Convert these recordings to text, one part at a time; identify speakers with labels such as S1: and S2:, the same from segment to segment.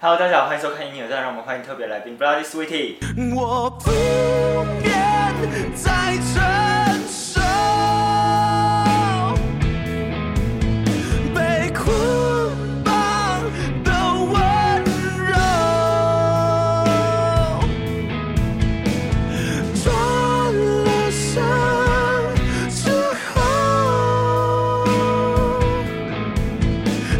S1: Hello，大家好，欢迎收看《一扭站》，让我们欢迎特别来宾 Bloody Sweetie。
S2: 我不愿再承受被捆绑的温柔。转了身之后，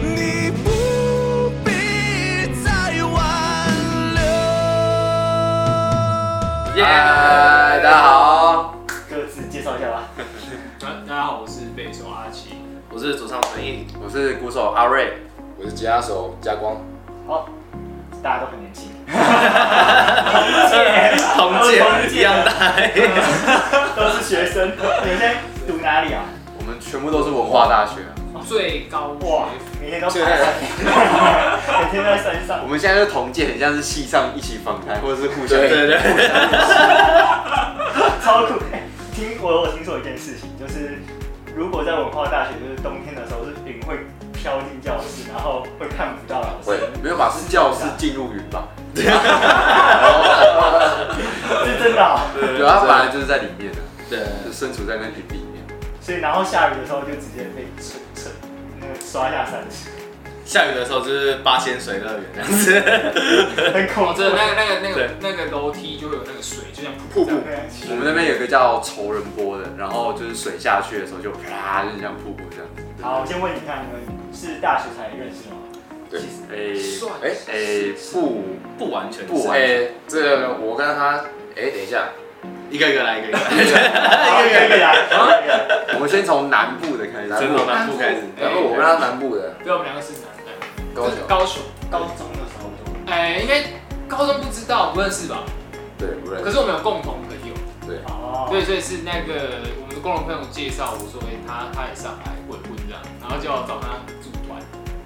S2: 你不必再挽留。
S3: 耶、大家好，
S1: 各自介绍一下吧。
S4: 大家好，我是北手阿奇。
S3: 我是主唱陈毅，我是鼓手阿瑞，我是吉他手嘉光，
S1: 好，大家都很年 轻，
S3: 同届一样大，
S1: 都是学生。你们在读哪里啊？
S3: 我们全部都是文化大学啊、
S4: 最高
S1: 哇
S4: 哇，，
S1: 每天都爬山， 每天都在山上
S3: 我。们现在是同届，很像是系上一起访谈，或者是互相
S5: 对对
S3: 对，
S1: 超酷！欸听我我听说一件事情，就是如果在文化大学，就是冬天的时候，是云会飘进教室，然后会看不到老师
S3: 会，没有把是教室进入云吧？
S1: 是真的啊、
S3: 对，他本来就是在里面的，
S5: 对，
S3: 就身处在那云里面。
S1: 所以然后下雨的时候就直接被吹吹那个刷下山 去，
S5: 下雨的时候就是八仙水乐园这样子，
S1: 很恐
S4: 哦，
S1: 怖
S4: 真。的，那个、那个、那
S5: 对
S4: 个、那个楼梯就会有那个水，就像
S5: 瀑布
S1: 对啊
S3: 我们那边有个叫仇人坡的，然后就是水下去的时候就啪，就是像瀑布这样子。
S1: 好，我先问你看，你们是大学才认识吗？
S6: 对
S1: 其实
S3: 诶
S4: 算
S6: 哎
S3: 诶，不
S5: 不完全是
S3: 不完
S6: 哎、这个我跟他，哎、等一下，
S5: 一个一个来，一 个一个来，
S1: 好
S5: 哎
S1: 哦一个一个来，
S5: 啊
S1: 一个一啊个来
S3: 我们先从南部的开始，
S6: 真
S5: 先
S6: 的
S5: 从南部开始。
S6: 然后我跟他南部的
S4: 对，我们两个是男的，
S6: 高
S4: 就是
S6: 雄，
S4: 高雄。
S1: 高中的时候就
S4: 哎、因为高中不知道，不认识吧？
S6: 对，不认
S4: 可
S6: 识，
S4: 是我们有共同朋友，
S1: 哦，
S4: 对，所以是那个我们的共同朋友介绍我说，哎、他他也上来混混这样，然后就要找他组团，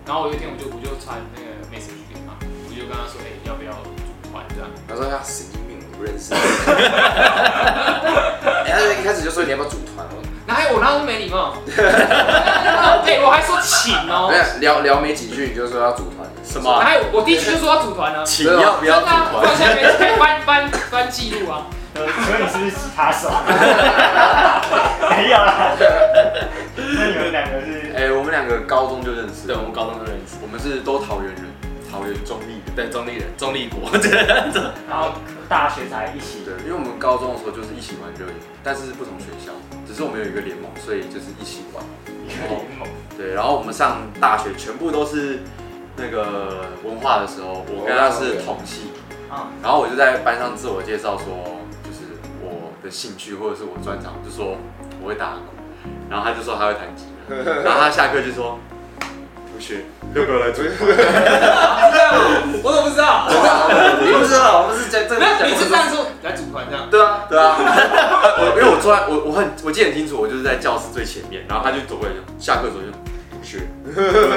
S4: 然后有一天我就我就传那个 message 给他，我就跟他说，哎、要不要组团这样？
S6: 他说他神经病，我不 认识。哎、他就一开始就说你要不要组
S3: 哦
S6: 团，我
S4: 然后我那时候没礼貌，对，我还说请哦、
S6: 没有聊聊没几句，你就说要组团，
S3: 什
S4: 然
S3: 么？
S4: 后我第一句就说要组团了，啊
S3: 啊请要不要组
S4: 我
S3: 团？
S4: 现在没可以翻翻翻记录啊。
S1: 呃请问你是不是吉他 手？没有啦。那你们两个是
S3: 哎、我们两个高中就认识，
S5: 对，我们高中都认识。
S3: 我们是都桃园人，桃园中立人。
S5: 对，中立人，中立国， 对
S1: 然后大学才一起
S3: 对，因为我们高中的时候就是一起玩热影，但是是不同学校，只是我们有一个联盟，所以就是一起玩。
S1: 一个
S3: 哦
S1: 联盟，
S3: 对，然后我们上大学全部都是那个文化的时候，我跟他是同系，
S1: 啊
S3: 然后我就在班上自我介绍说，就是我的兴趣或者是我专长，我就说我会打鼓，然后他就说他会弹吉他，然后他下课就说，同学要不要 来追？
S4: 我怎么不知道？
S3: 你不知道，我们是在这
S4: 那你是这样说来组团这样？
S3: 对啊，对啊， 我因为我坐在我我很我记得很清楚，我就是在教室最前面，然后他就走过来就下课的时候就同 学，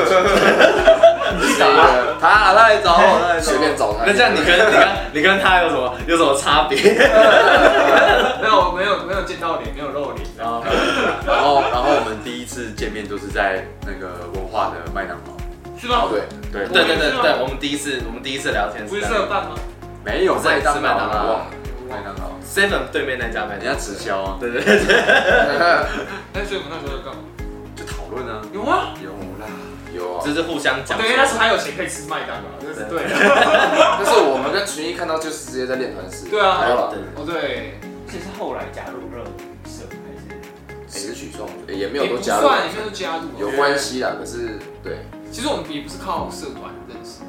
S6: 是一个
S3: 他啊他来找我，他来找
S6: 随
S3: 我
S6: 便找他。
S5: 那这样你跟你跟你跟他有什么有什么差别？
S4: 没有，我没有没有见到脸，没有露脸，然
S3: 哦
S4: 后
S3: 然后，然后我们第一次见面就是在那个文化的麦当劳。
S4: 是吗？
S6: 哦对，
S3: 对，
S5: 对对对对，我们第一次我们第一次聊天
S4: 不是
S5: 是啊在
S4: 吃了饭吗？
S3: 没有
S5: 不是
S3: 麦当
S5: 是麦
S3: 劳
S5: 当劳
S3: 啦，忘了麦当劳，
S5: Seven 对面那家麦
S3: 人家
S5: 当劳。
S3: 直销 啊，
S5: 对对对，
S4: 那哎所以我们那时候在干嘛？
S3: 就讨论啊，
S4: 有吗？
S3: 有啦，
S6: 有啊，
S5: 就是互相讲。
S4: 等于那时候还有钱可以吃麦当劳，这是对的。
S6: 但是我们跟群一看到就是直接在练团式，
S4: 对啊
S6: 没有了，
S5: 对
S4: 哦对，
S1: 这是后来加入热舞社还是？
S6: 词曲创作哎也没有
S4: 也
S6: 都
S4: 不
S6: 加入，
S4: 算，也没有加入。
S6: 有关系啦，可是对，
S4: 其实我们也不是靠社团认识，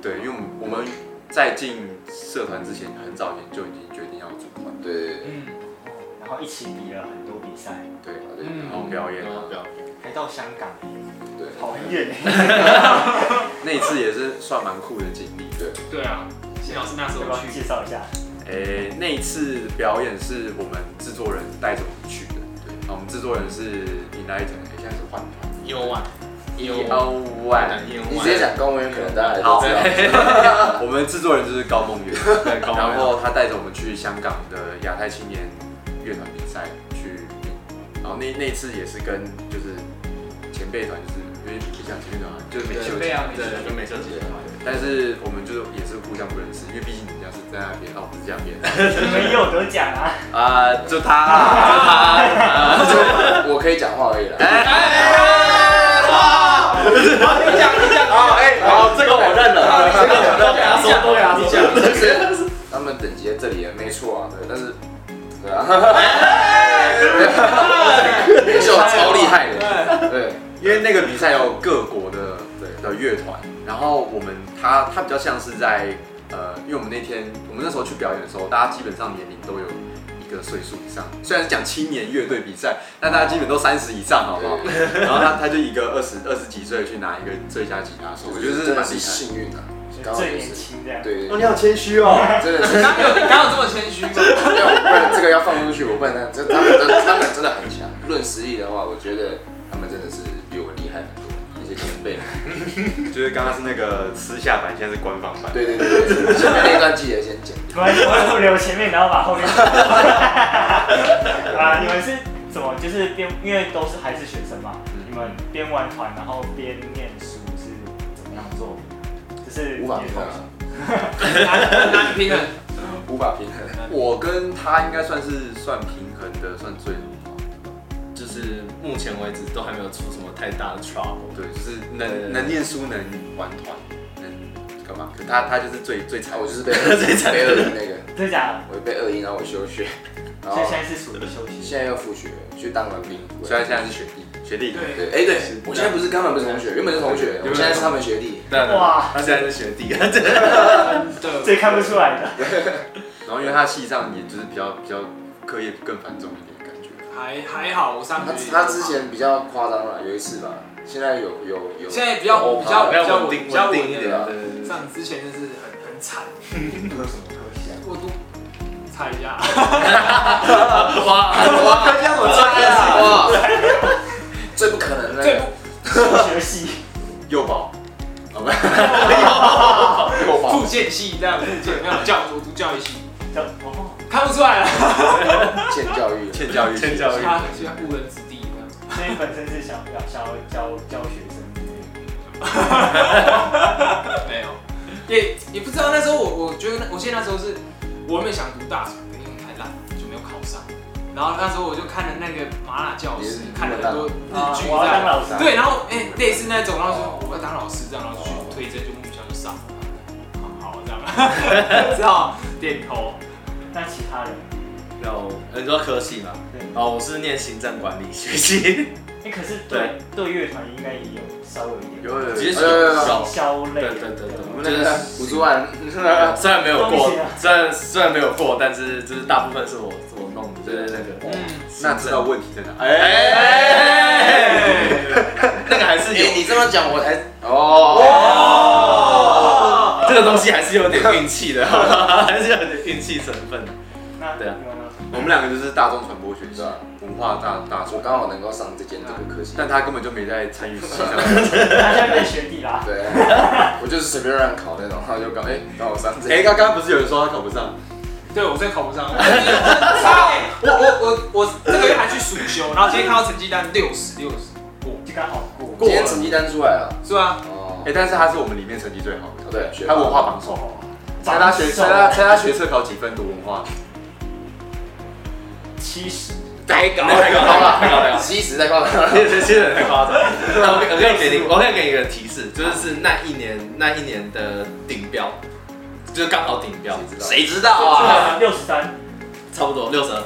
S3: 对，因为我们我们在进社团之前很早以前就已经决定要组团，
S6: 对对对
S4: 嗯，
S1: 然后一起比了很多比赛，
S3: 对，
S6: 对，
S4: 嗯
S3: 然后表演啊，
S1: 还到香港，
S6: 对
S1: 好很远欸。
S3: 那一次也是算蛮酷的经历。
S4: 对啊，新老师那时
S1: 要不
S4: 候
S1: 要
S4: 去
S1: 介绍一下？
S3: 诶，那一次表演是我们制作人带着我们去的，对，然后我们制作人是 United，诶现在是换团
S5: ，U
S4: 啊
S5: One
S3: ，E
S5: U
S3: O One。
S5: One，
S6: 你直接讲高文，可能大家还
S3: 好
S6: 都知 道。
S3: 我们制作人就是高梦远，
S5: 对高
S3: 然
S5: 然
S3: 后他带着我们去香港的亚太青年乐团比赛去比，然后那那一次也是跟就是前辈团就是因为不想去的嘛，就是没
S4: 对
S3: 秀
S4: 非常没
S5: 对，
S4: 秀
S5: 就没设计
S6: 对
S3: 但是我们就是也是互相不认识，因为毕竟人家是在那边，那我们是这边。
S1: 你们也有得奖啊，
S5: 啊，就他啦，就他。
S6: 我可以讲话而已啦。
S5: 你讲，你讲
S3: 好，哎，好，这个我认了。
S5: 这个我都给他说对啊，你讲。
S6: 就是他们等级在这里也没错啊，对，但是对啊，没秀超厉害的，对，
S3: 因为那个比赛有各国的对的乐团，然后我们他他比较像是在呃，因为我们那天我们那时候去表演的时候，大家基本上年龄都有一个岁数以上，虽然是讲青年乐队比赛，但大家基本都三十以上，好不好？然后他他就一个二十二十几岁去拿一个最佳吉他手，我觉得
S6: 真
S3: 是
S6: 的
S3: 蛮厉
S6: 是
S3: 害。
S6: 幸运啊，刚好
S1: 最
S6: 就
S1: 年
S6: 是
S1: 轻这样。
S6: 对，
S3: 哦，你好谦虚哦。
S6: 真的是，
S4: 刚有你刚有这么谦虚吗？
S6: 要不然这个要放出去，我不能，这他们真他们真的很强。论实力的话，我觉得他们真的是比我厉害很多，一些前辈们。
S3: 就是刚刚是那个私下版，现在是官方版。
S6: 对对对对，前面那一段记得先剪掉。
S1: 你们我我留前面，然后把后面。啊，你们是怎么？就是边因为都是还是学生嘛，
S3: 嗯
S1: 你们边玩团然后边念书是怎么样做？就是
S6: 无法
S1: 也
S6: 平衡啊，
S4: 难难平衡，
S6: 无法平衡。
S3: 我跟他应该算是算平衡的，算最好。
S5: 就是目前为止都还没有出什么太大的 trouble。
S3: 对，就是
S5: 对对
S3: 能能念书，能玩团，能干嘛？可他他就是最最惨
S6: 啊，
S3: 的，
S6: 我就是被被恶意那个，
S1: 真的假的？
S6: 我被恶意，然后我休学，然
S1: 所
S6: 后
S1: 以现在是属于休息。
S6: 现在又复学，去当了兵。
S3: 虽然现在是学弟，学弟，
S4: 对，
S6: 对，哎对，我现在不是根本不是同学，原本是同学，我现在是他们学弟。
S1: 哇
S5: 他现在是学弟，
S4: 对，
S1: 最看不出来的，
S3: 然后因为他系上也就是比较比较课业更繁重一点的感觉。
S4: 还还好，我上
S6: 他
S4: 个月
S6: 他之前比较夸张了，有一次吧，现在有有有，
S4: 现在比
S3: 哦
S4: 较比较
S5: 比
S4: 比较
S5: 较
S4: 稳比较稳
S5: 稳定稳定一
S4: 一
S5: 点
S4: 点。
S3: 啊
S5: 的。
S4: 像之前就是很很惨，我读猜一下，
S5: 哇哇，让我
S6: 哎呀哇，最不可能的那
S4: 最
S6: 个
S4: 不。
S1: 数学系。
S3: 幼保，
S6: 够吧？
S4: 复健系这样，复健没有教我读教育系，
S1: 这样哦，
S4: 看不出来了，
S6: 欠教育，
S3: 欠教育，
S5: 欠教育
S4: 他误人子弟这样。
S1: 所以本身是想要教教教学生之类的。
S4: 没有，也也不知道那时候我我觉得那我记得那时候是我原本想读大学，可英文太烂就没有考上。然后那时候我就看了那个麻辣教师
S6: 也是，
S4: 看了很多日啊剧
S1: 我要
S4: 这
S1: 当
S4: 样，
S1: 老师。啊
S4: 对，然后哎、类似那种，然后说我要当老师这样，然后去推甄就梦想就上了，好好这样， 只好点头。
S1: 那其他人，
S5: 那我你说科系嘛？
S1: 对，
S5: 哦，我是念行政管理学系，
S1: 哎，可是对对乐团应该也有稍微有点
S3: 有有
S5: 直接
S3: 有，
S5: 是
S6: 哎
S5: 有
S1: 消类
S5: 对
S1: 的。
S5: 对对对，我们那
S6: 真的
S5: 个
S6: 五十万，
S5: 虽然没有过，
S3: 啊
S5: 虽然虽然没有过，但是就是大部分是我是我弄的，就是 那个。
S4: 嗯，
S3: 那知道问题在哪？哎，
S5: 哎，那个还是有
S6: 哎，，你这么讲我才哦，
S5: 哦这个东西还是有点运气的， 好吧还是有点运气成分的。
S1: 那
S5: 对啊
S1: 你们呢
S3: 我们两个就是大众传播学系
S6: 对啊，
S3: 文化大大
S6: 我
S3: 众，
S6: 刚好能够上这间这个科系，
S3: 但他根本就没在参与系 上。
S1: 他现在变学弟啦。
S6: 对，啊 我就是随便乱考那种，然后就刚哎刚好上这，
S3: 哎，刚刚不是有人说他考不上？
S4: 对我真的考不上，我 我我我我这个月还去暑修，然后今天看到成绩单六十六十，
S1: 就刚好过。
S6: 今天成绩单出来了，
S4: 是吧？
S6: 哦
S3: 哎，，但是他是我们里面成绩最好的。
S6: 对，
S3: 他文化榜首，
S1: 哦，
S3: 猜他学猜他猜他学测考几分读文化？
S1: 七十，
S6: 太高
S5: 太高了，太高了。
S6: 七十再高了，
S5: 啊其实其实很夸张。那我我可以给你，我可以给你一个提示，就是是那一年那一年的顶标，就是刚好顶标，
S6: 谁知道啊？
S1: 六十三。
S5: 差不多六十二，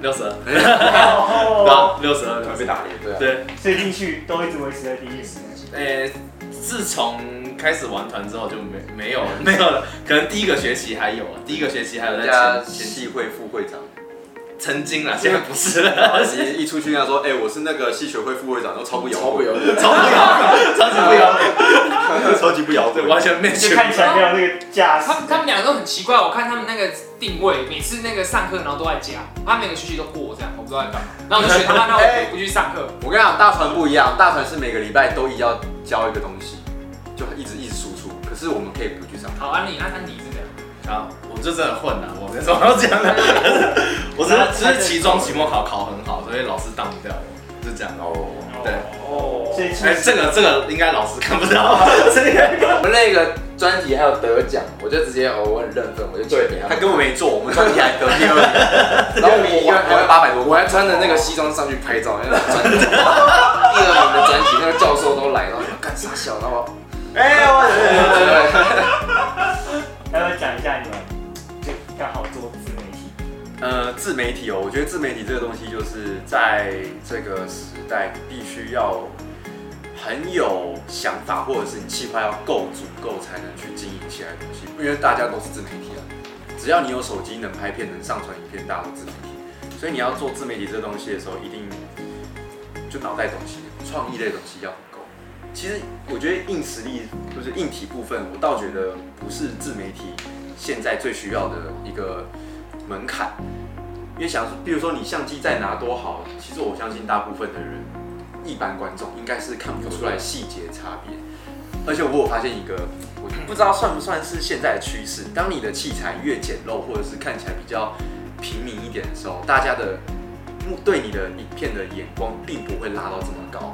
S5: 六十二，
S1: 哦，
S5: 六十二，
S3: 被打脸。
S6: 对啊，
S5: 对，
S1: 所以进去都一直维持在第一十。
S5: 诶，自从嗯开始玩团之后就没 没有没有了，可能第一个学期还有，啊第一个学期还有
S3: 人
S5: 在
S3: 家
S5: 前
S3: 前
S5: 前期
S3: 系会副会长，
S5: 曾经啦，现在不是
S3: 然后
S5: 了，
S3: 一一出去跟他说，哎，我是那个系学会副会长，都超不摇
S6: 超不
S3: 滚，
S6: 由人，
S5: 超不摇滚，超级不摇 滚，
S3: 超级不摇滚
S5: 对，，完
S3: 哎
S5: 全没
S1: 就
S5: 去
S1: 看起来没有那个架势
S4: 他。们他们两个都很奇怪，我看他们那个定位，每次那个上课然后都在家，他每个学期都过这样，我不知道在干嘛。然后我就学他，那我不去上课，
S3: 我跟你讲，大船不一样，大船是每个礼拜都一要交一个东西，就一直一直输出。可是我们可以不去上，
S4: 好，安妮，那安妮是怎样？
S5: 啊，我就真的混了，我没什么要讲 的，我只是只是期中期末考考很好，所以老师当不掉我，就这样。
S6: 哦，
S5: 对
S1: 哦，所以其
S5: 哎，
S1: 实
S5: 这个这个应该老师看不到，这个
S6: 我们那个专题还有得奖，我就直接哦，我很认份，我就去给
S3: 他
S6: 他们。
S3: 根本没做，我们专题还得第二名，
S6: 然后我一个人
S3: 我还八百多
S6: 我还穿着那个西装上去拍照，那个专辑第二名的专辑，那个教授都来了，干啥笑？然后我
S3: 哎，我
S1: 要不要讲一下你们就刚好做自媒体？
S3: 呃自媒体哦，我觉得自媒体这个东西就是在这个时代必须要很有想法，或者是你计划要够足够才能去经营起来的东西，因为大家都是自媒体啊，只要你有手机能拍片、能上传影片，大家都自媒体，所以你要做自媒体这东西的时候，一定就脑袋东西、创意类东西要很够。其实我觉得硬实力就是硬体部分，我倒觉得不是自媒体现在最需要的一个门槛，因为想说，比如说你相机再拿多好，其实我相信大部分的人，一般观众应该是看不出来细节差别。而且我有发现一个，我不知道算不算是现在的趋势，当你的器材越简陋，或者是看起来比较平民一点的时候，大家的目对你的影片的眼光并不会拉到这么高。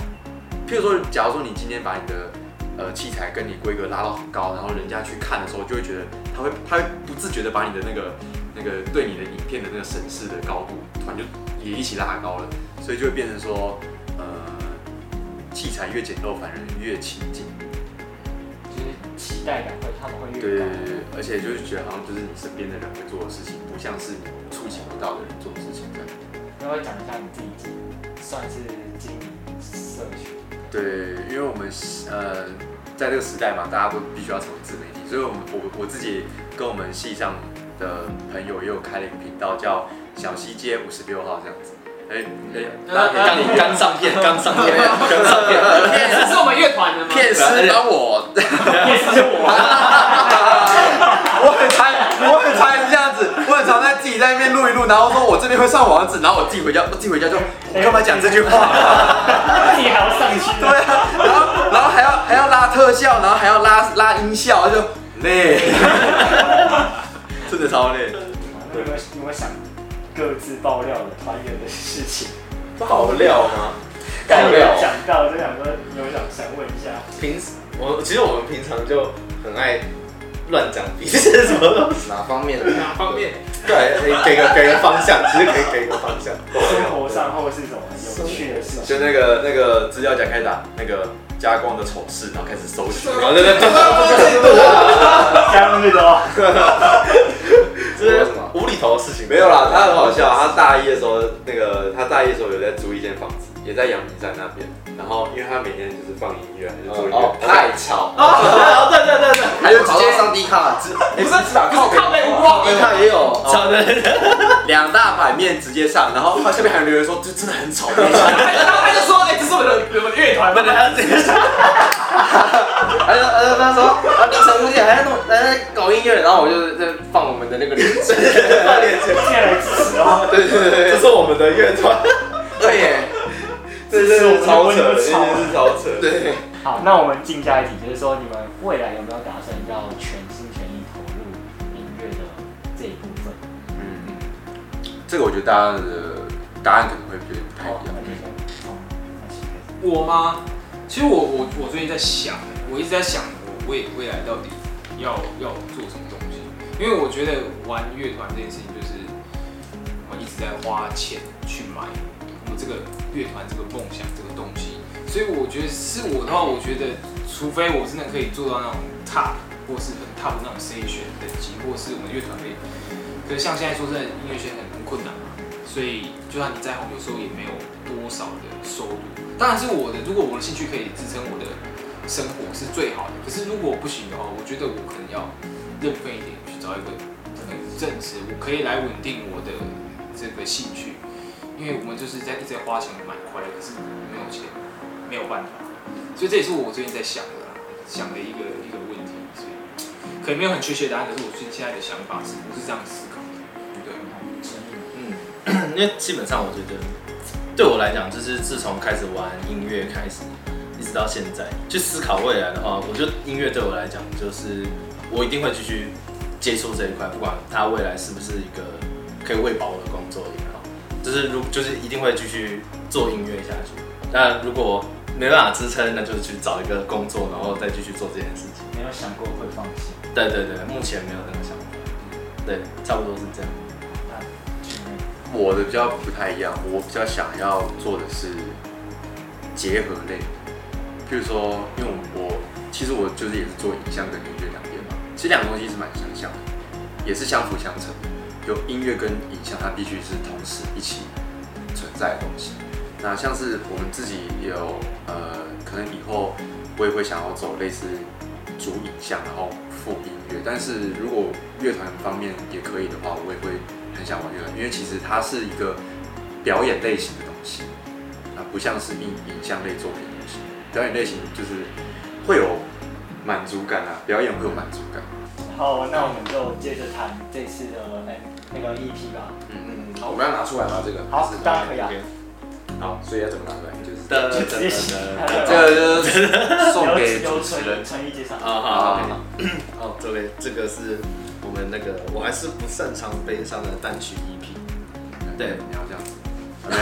S3: 譬如说，假如说你今天把你的呃器材跟你规格拉到很高，然后人家去看的时候，就会觉得他会他会不自觉的把你的那个那个对你的影片的那个审视的高度，突然就也一起拉高了，所以就会变成说，呃，器材越简陋，反而越起劲。
S1: 就是期待感会他们会
S3: 对对
S1: 越高
S3: 对，对而且就是觉得好像就是你身边的人会做的事情，不像是你触及不到的人做的事情这样。
S1: 要不要讲一下你自己算是经营社群？
S3: 对，因为我们呃，在这个时代嘛，大家都必须要成为自媒体，所以我们我我自己跟我们系上的朋友也有开了一个频道，叫小西街五十六号这样子。哎哎，大家可以看
S5: 刚刚上片，刚上片，刚上片，
S4: 这是我们乐团的吗？
S3: 骗师帮我，
S1: 也是我，
S3: 我很常我很常这样子，我很常在自己在那边录一录，然后说我这边会上网址，然后我自己回家，我自己回家就我干嘛讲这句话？
S1: 你还要上去
S3: 对啊， 然后然后还要还要拉特效，然后还要拉拉音效， 就累，真的超累。
S1: 那有没有有没有想各自爆料的团员的事情？
S3: 爆料啊吗？
S1: 刚才有讲到，就想说有想想问一下，
S5: 平时我其实我们平常就很爱乱讲彼此什么东西，
S6: 哪方面的？
S4: 哪啊方面？
S5: 对，给个给个方向，其实可以给一个方向。
S1: 生活上或是什么很有趣的事 情？
S3: 就那个那个资料夹开始打那个加光的丑事，然后开始搜寻。
S5: 然后在那啊
S1: 加上去的哦，
S5: 这是无厘头的事情，
S7: 没有啦，他很好笑。他大一的时候，那个他大一的时候有在租一间房子，也在阳明山那边。然后，因为他每天就是放音乐，就做音乐
S6: 哦，，太吵，
S5: 啊，对对对对，
S6: 还有直接上 D 卡，
S3: 不哎是打
S4: 靠背无望。
S6: D 卡也有。
S5: 长得
S3: 两大版面直接上，然后下面还有留言说这真的很丑。
S4: 然后他就说：“哎，这是我们的我们乐团。”
S5: 本来要这样，
S6: 还有还有他说啊凌晨五点还在弄还在搞音乐，然后我就在放我们的那个铃声。
S1: 进来支持 哦，
S6: 对对对
S5: 这是我们的乐团，
S6: 对耶，
S7: 这真的是超扯，这真的是超扯。
S6: 对。
S1: 好，那我们进下一题，就是说你们未来有没有打算要全心全意投入音乐的这一部分？
S3: 嗯，这个我觉得大家的答案可能会有点不太
S1: 好，
S3: 一
S1: 那
S3: 样。
S1: 就先从那先开始
S4: 我吗？其实我我我最近在想，欸我一直在想我未未来到底要要做什么东西，因为我觉得玩乐团这件事情就是我一直在花钱去买我这个乐团这个梦想这个东西，所以我觉得是我的话，我觉得除非我真的可以做到那种 top 或是很 top 的那种 station 等级，或是我们乐团可以，可是像现在说真的音乐圈很很困难嘛，所以就算你再红，有时候也没有多少的嗯收入。当然是我的，如果我的兴趣可以支撑我的生活是最好的。可是如果不行的话，我觉得我可能要认份一点，去找一个很正职，我可以来稳定我的这个兴趣。因为我们就是在一直在花钱买快乐，可是没有钱，没有办法。所以这也是我最近在想的啦，想的一个一个问题。所以可能没有很确切的答案，可是我最近现在的想法是，我是这样思考的。对，
S5: 嗯，因为基本上我觉得，对我来讲，就是自从开始玩音乐开始，一直到现在，去思考未来的话，我觉得音乐对我来讲，就是我一定会继续接触这一块，不管它未来是不是一个可以喂饱我的工作也好，就是如就是一定会继续做音乐下去。那如果没办法支撑，那就是去找一个工作，然后再继续做这件事情。
S1: 没有想过会放弃。
S5: 对对对，目前没有那个想法。对，差不多是这样。
S3: 我的比较不太一样，我比较想要做的是结合类，譬如说，因为我我其实我就是也是做影像跟音乐两边嘛，其实两个东西是蛮相像的，也是相辅相成的。有音乐跟影像，它必须是同时一起存在的东西。那像是我们自己也有呃，可能以后我也会想要走类似主影像，然后副音乐。但是如果乐团方面也可以的话，我也会很想玩乐团，因为其实它是一个表演类型的东西，啊，不像是影影像类作品的东西。表演类型就是会有满足感啊，表演会有满足感。
S1: 好，那我们就接着谈这次的哎、那个 EP 吧。
S6: 嗯，我们要拿出来吗？这个
S1: 好
S6: 是，
S1: 当然可以啊，
S6: 好，所以要怎么拿出来？就是
S5: 的
S1: 就直接洗。
S6: 这个就是送给 主
S1: 由
S6: 持
S1: 陈
S6: 人。
S1: 陈毅介绍
S5: 啊。 好
S6: 啊，
S5: 哦，这位，这个是我们那个我还是不擅长悲伤的单曲 EP。对，
S3: 你要这样子。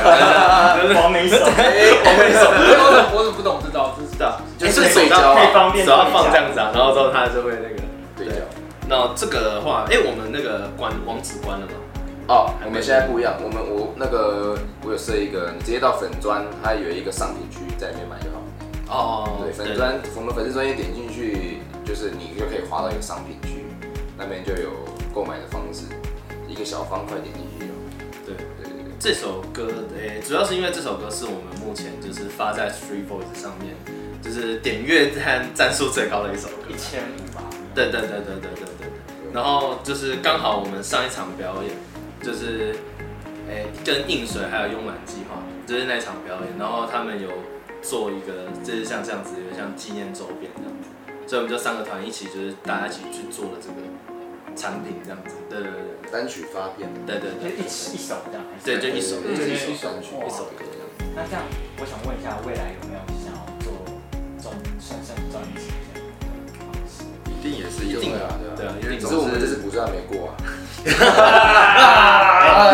S1: 黄梅手，
S4: 我怎么我怎么不懂这招？这是
S5: 知道，
S6: 就是嘴交啊
S1: 配方便
S5: 手要放这样子啊，然后之后它就会那个。
S6: 对角。
S5: 那这个的话，哎，我们那个关网址关了吗？
S6: 哦，我们现在不一样，我们我那个我有设一个，你直接到粉砖，它有一个商品区，在里面买就好。
S5: 哦
S6: 对，粉砖我们粉丝专业点进去，就是你就可以滑到一个商品区，那边就有购买的方式，一个小方块点进去有。
S5: 对。
S6: 对对对，
S5: 这首歌，诶、主要是因为这首歌是我们目前就是发在 Three Voice 上面，就是点阅和战术最高的一首歌
S1: 一。千五吧。
S5: 对对对对对对对对。然后就是刚好我们上一场表演，就是诶、跟硬水还有慵懒计划，就是那一场表演，然后他们有做一个就是像这样子，有像纪念周边这样子，所以我们就三个团一起就是大家一起去做了这个产品这样子。对对对
S6: 单曲发片，
S5: 对对
S1: 就
S5: 对
S1: 一起一手这样。
S5: 对，对就一首。
S6: 对对对就一首
S1: 哇
S6: 单曲，一首歌这样。
S1: 那这样，我想问一下，未来有没有想要做专算算专业形象的方式？
S3: 一定也是有
S6: 对
S3: 的
S6: 啊，对
S5: 对
S6: 啊。
S5: 啊，因为
S6: 只是我们这次补赚没过啊。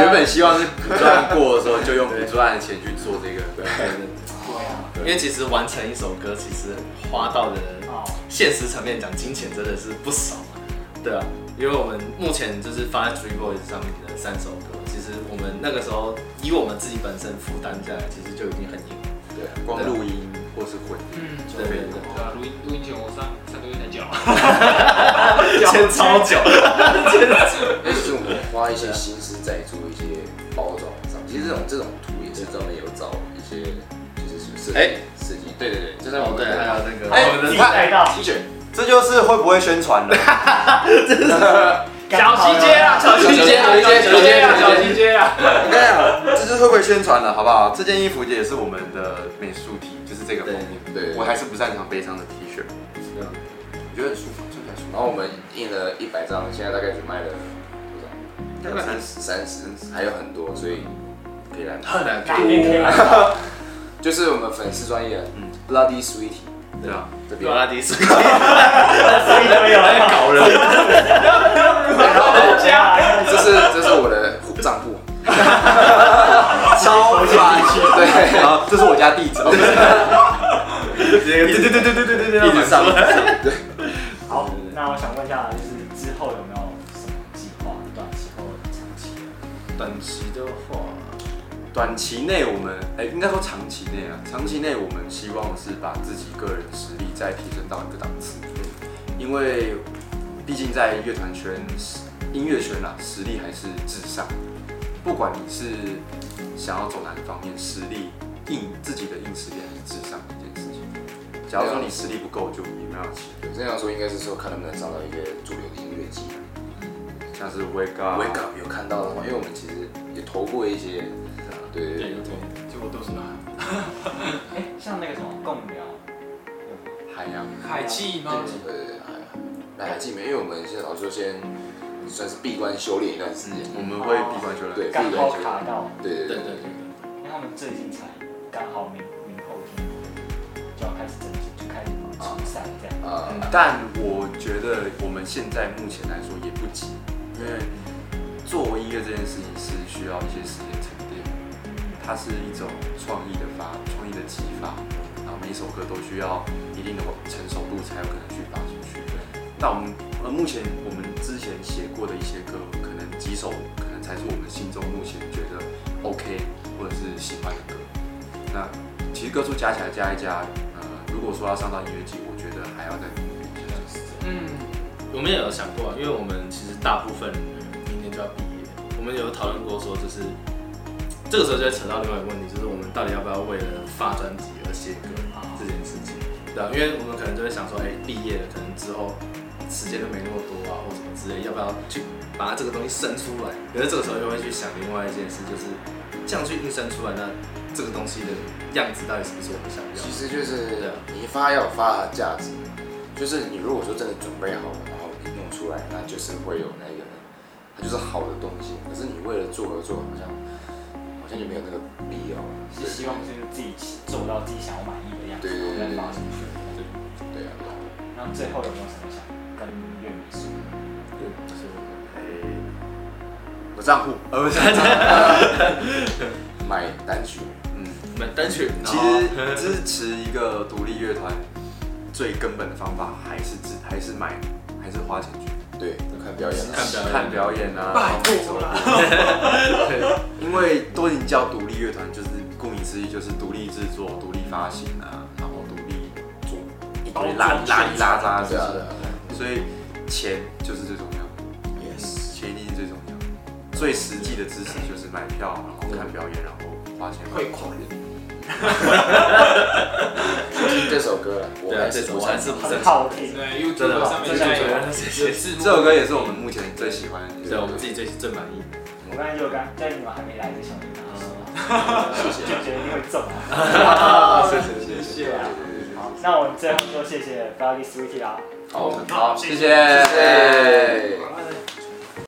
S3: 原本希望是补赚过的时候就用补赚的钱去做这个，对，
S1: 对啊，
S5: 因为其实完成一首歌，其实花到的
S1: 哦，
S5: 现实层面讲，金钱真的是不少啊。对啊，因为我们目前就是发在 Three Boys 上面的三首歌，其实我们那个时候以我们自己本身负担下来，其实就已经很硬。
S6: 对啊。
S3: 光录音或是混音就
S5: 对
S3: 可以
S5: 对
S3: 了。
S4: 嗯对啊，录音录音前我上上个月才缴，
S5: 对，签超久。
S6: 但是我们花一些心思在做一些包装上，其实这种这种图也是专门有找一些就是设计
S5: 哎
S6: 设计，对对对，就是
S5: 哦
S6: 我
S5: 对，
S6: 们
S5: 还有
S6: 的
S5: 那个
S3: 哎
S5: 我们
S1: 自
S5: 的
S1: 己带到
S6: T 恤，
S3: 这就是会不会宣传了。
S4: 小细节啊， 小细节啊，小细节啊，小细节啊。
S3: 我跟你讲，这就是会不会宣传了，好不好？这件衣服也是我们的美术 T，就是这个封面。
S6: 对
S3: 我还是不擅长悲伤的 T 恤，
S5: 对啊
S3: 我觉得很舒服，穿起来舒
S6: 然后我们印了一百张，现在大概只卖了
S3: 服。大概三十，
S6: 三十，还有很多，所以可以来买。
S3: 啊
S5: 很难
S1: 改天可以来到
S6: 就是我们粉丝专业，嗯
S3: 嗯
S6: ，Bloody Sweetie
S3: 对啊，
S6: 这边
S5: 有，拉迪斯，
S1: 所以都有人搞
S5: 搞人。
S1: 家来
S6: 这是这是我的户账户，
S3: 超帅气。
S6: 对，
S3: 好， 这是我家地址。对对对对对对对，一直上。
S1: 好，那我想问一下，就是之后有没有什么计划，短期或长期的？
S3: 短期的话，短期内我们哎、应该说长期内啊，长期内我们希望是把自己个人实力再提升到一个档次，因为毕竟在乐团圈、音乐圈啦、实力还是至上。不管你是想要走哪个方面，实力硬自己的硬实力还是至上的一件事情。假如说你实力不够，就也没办法起。
S6: 这样说应该是说看能不能找到一个主流的音乐季。
S3: 像是 Wake Up，
S6: 我也刚有看到的话，因为我们其实也投过一些，
S3: 啊
S6: 对对对，
S4: 结果都是拿
S1: 哎，像那个什么共啊聊，
S6: 海洋，
S4: 海气吗？
S6: 对对对，海洋，那海记没，因为我们现在老师说先算是闭关修炼一段时间，
S3: 我
S8: 嗯
S3: 们会闭关修炼。
S6: 对，闭
S1: 刚
S6: 关
S1: 好
S6: 修
S1: 卡
S6: 炼，
S1: 到，
S6: 对对
S5: 对对
S6: 对
S5: 对
S6: 对，
S5: 对，
S1: 因为他们最近才刚好明明后天就要开始正式，就开始
S5: 哦
S1: 初赛这样。
S6: 啊，
S8: 嗯
S3: 但我觉得我们现在目前来说也不急，因为做音乐这件事情是需要一些时间沉淀，它是一种创意的发、创意的激发，然后每一首歌都需要一定的成熟度才有可能去发出去。那我们呃，目前我们之前写过的一些歌，可能几首可能才是我们心中目前觉得 OK 或者是喜欢的歌。那其实歌数加起来加一加，呃，如果说要上到音乐季，我觉得还要再努力一下。
S4: 嗯，
S5: 我们也有想过啊，因为我们其实大部分人明年就要毕业，我们有讨论过说，就是这个时候就会扯到另外一个问题，就是我们到底要不要为了发专辑而写歌这件事情，啊对啊，因为我们可能就会想说，哎、毕业了，可能之后时间就没那么多啊，或什么之类，要不要去把这个东西生出来？可是这个时候又会去想另外一件事，就是这样去硬生出来，那这个东西的样子到底是不是我们想要
S6: 其
S5: 的？
S6: 实就是
S5: 对啊
S6: 你发要有发的价值，就是你如果说真的准备好了，然后你弄出来，那就是会有那个，它就是好的东西。可是你为了做而做，好像好像就没有那个必要了。
S8: 是希望就是自己做到自己想要满意的样子，
S6: 对
S8: 然
S6: 对
S8: 后
S6: 对
S8: 再
S6: 对
S8: 发出去。
S6: 对啊，
S4: 嗯
S8: 那最后有没有什么想跟乐迷说？
S3: 哎我账户，呃，不是。
S6: 买单曲，
S5: 买单曲，
S3: 其实
S5: 哦
S3: 支持一个独立乐团最根本的方法还是支，还是买，还是花钱去
S6: 对，看表演啊，
S5: 看表演
S3: 看表演啊，拜托啦。对，因为多林教独立乐团就是顾名思义就是独立制作、独立发行啊，然后独立做一堆拉拉里拉杂的事
S6: 对啊对
S3: 情，
S6: 啊
S3: 所以钱就是最重要的。
S6: ，yes，
S3: 钱一定是最重要的，最实际的支持就是买票，然后看表演，然后花钱
S4: 汇款
S6: 听这首歌了，我
S5: 对啊
S6: 还，
S5: 这
S6: 是
S5: 首
S6: 不
S5: 我
S6: 赞
S5: 还
S6: 成
S5: 是不赞
S1: 很
S5: 成。
S1: 好听，
S4: 对
S5: 真的
S4: ，YouTube
S5: 吗
S4: 上面
S5: 真的
S4: 现在
S5: 吗
S4: 有字幕
S3: 这首歌也是我们目前最喜欢的。
S5: 对啊我们自己最最满意。
S1: 我刚才就有刚在你们还没来之前，我就跟他说，
S5: 哦
S1: 就觉得一定会中啊。
S3: 谢谢。
S1: 对啊，好，啊那我们最后就谢谢 Buggy Sweetie 啦。
S6: 好，好，谢谢。